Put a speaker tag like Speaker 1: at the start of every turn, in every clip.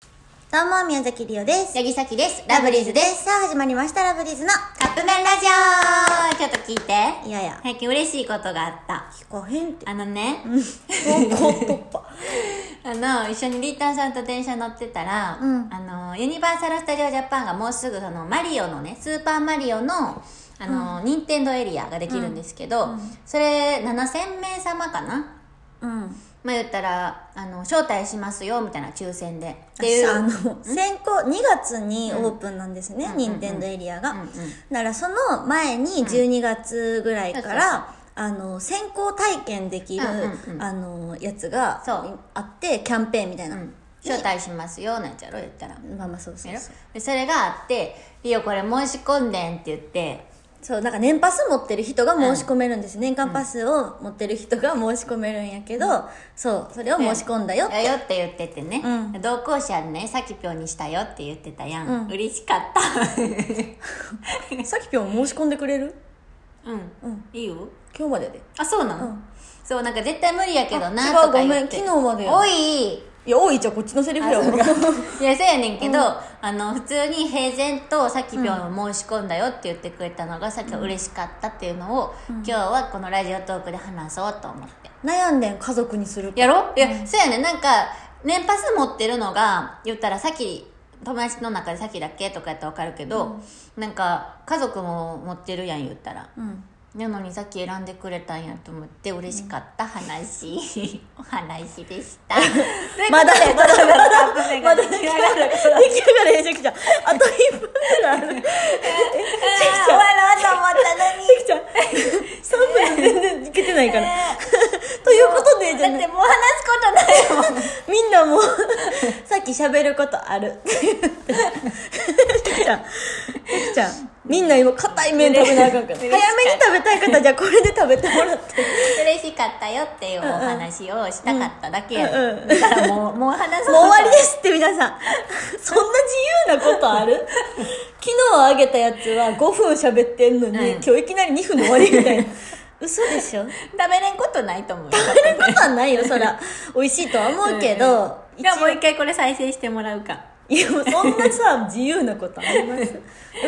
Speaker 1: どうも、宮崎りおです。
Speaker 2: 八木咲です。
Speaker 1: ラブリーズです。さあ、始まりました、ラブリーズの。
Speaker 2: カップ麺ラジオちょっと聞いて。
Speaker 1: いやいや、
Speaker 2: 最近嬉しいことがあった。
Speaker 1: 聞こへんって。
Speaker 2: あのね、
Speaker 1: 高校突破。
Speaker 2: あの、一緒にリータンさんと電車乗ってたら、
Speaker 1: うん
Speaker 2: あの、ユニバーサル・スタジオ・ジャパンがもうすぐその、マリオのね、スーパーマリオの、あの、任天堂エリアができるんですけど、それ、7000名様かな
Speaker 1: うん。
Speaker 2: まあ言ったら、あの、招待しますよ、みたいな抽選で。
Speaker 1: っ
Speaker 2: っ
Speaker 1: てい。
Speaker 2: ていうう。
Speaker 1: あの、先行、2月にオープンなんですね、任天堂エリアが。
Speaker 2: うんうん
Speaker 1: だから、その前に12月ぐらいか
Speaker 2: そう
Speaker 1: ら、あの、先行体験できる
Speaker 2: うんうんう、ん
Speaker 1: あの、やつが
Speaker 2: そう
Speaker 1: あって、キャンペーンみたいな
Speaker 2: う。ん。招待しますよ、なんちゃろ、言ったら。
Speaker 1: まあまあ、そうそう
Speaker 2: やろ
Speaker 1: そう。
Speaker 2: でそれがあって「リオこれ申し込んでん」って言って
Speaker 1: そうなんか年パス持ってる人が申し込めるんです、年間パスを持ってる人が申し込めるんやけど、そうそれを申し込んだよ、
Speaker 2: だよって言っててね、
Speaker 1: うん
Speaker 2: 同行者ねさきぴょんにしたよって言ってたやん、
Speaker 1: うん
Speaker 2: 嬉しかった
Speaker 1: さきぴょん申し込んでくれる
Speaker 2: うん、
Speaker 1: うん
Speaker 2: いいよ
Speaker 1: 今日までで
Speaker 2: あそうなの、
Speaker 1: うん
Speaker 2: そうなんか絶対無理やけどな
Speaker 1: あ違う
Speaker 2: とか言
Speaker 1: ご
Speaker 2: って
Speaker 1: めん昨日までや
Speaker 2: おい
Speaker 1: いや多いじゃんこっちのセリフやわ
Speaker 2: あいやそうやねんけど、あの普通に平然とさきぴょんを申し込んだよって言ってくれたのがさっき嬉しかったっていうのを、今日はこのラジオトークで話そうと思って
Speaker 1: 悩んでん家族にするか
Speaker 2: やろいや、そうやねなんか年パス持ってるのが言ったらさっき友達の中でさっきだけとかやったら分かるけど、なんか家族も持ってるやん言ったら
Speaker 1: うん
Speaker 2: なのにさっき選んでくれたんやと思って嬉しかった話、 お話でした
Speaker 1: まだまだまだまだまだまだまだまだ
Speaker 2: 出来上
Speaker 1: 出
Speaker 2: がる
Speaker 1: 来上がれへんきちゃんあと1分ぐらいある
Speaker 2: 終わろうと思ったのに
Speaker 1: きちゃん3分全然いけてないからということでじゃ
Speaker 2: だ
Speaker 1: あ
Speaker 2: ってもう話すことないもん
Speaker 1: みんなも さっき喋ることある。さきちゃん、さきちゃん、みんな今硬い麺食べなあかん から。
Speaker 2: 嬉し
Speaker 1: 早め
Speaker 2: か
Speaker 1: に
Speaker 2: った
Speaker 1: 食べたい方じゃあこれで食べてもらって。
Speaker 2: 嬉しかったよっていうお話をしたかっただけや、
Speaker 1: うんうん
Speaker 2: だからもうもう話す
Speaker 1: もう終わりですって皆さん。そんな自由なことある昨日あげたやつは5分喋ってんのに、
Speaker 2: うん
Speaker 1: 今日いきなり2分で終わりみたいな。 嘘で しょ
Speaker 2: 食べれんことないと思 うよ
Speaker 1: 食べることはないよ、そら。美味しいとは思うけど。
Speaker 2: じゃあもう一回これ再生してもらうか
Speaker 1: いや、もうそんな さ、自由なことありますよ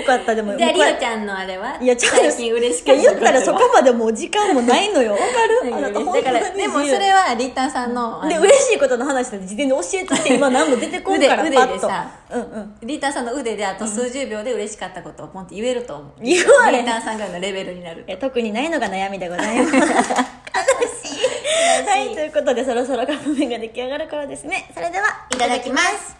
Speaker 1: かった、でも。
Speaker 2: じゃあ
Speaker 1: もうこ
Speaker 2: リ
Speaker 1: れ
Speaker 2: オちゃんのあれはい
Speaker 1: や、ちゃうよ
Speaker 2: 最近嬉しかった
Speaker 1: いや言ったらそ
Speaker 2: こ
Speaker 1: こまでもう時間もないのよ。わかるあなた本当
Speaker 2: だ
Speaker 1: に
Speaker 2: からでもそれはリータンさんのあの
Speaker 1: で、嬉しいことの話なんて事前に教えといて、今何も出てこんから、
Speaker 2: 腕
Speaker 1: パ
Speaker 2: 腕で
Speaker 1: ッと
Speaker 2: さ。
Speaker 1: うんうん。
Speaker 2: リータンさんの腕であと数十秒で嬉しかったことをポンって言えると思う
Speaker 1: 言われへん
Speaker 2: リータンさんぐらいのレベルになる
Speaker 1: え特にないのが悩みでござい ます。はい、ということでそろそろカップ麺が出来上がる頃ですね。それでは、
Speaker 2: いただきます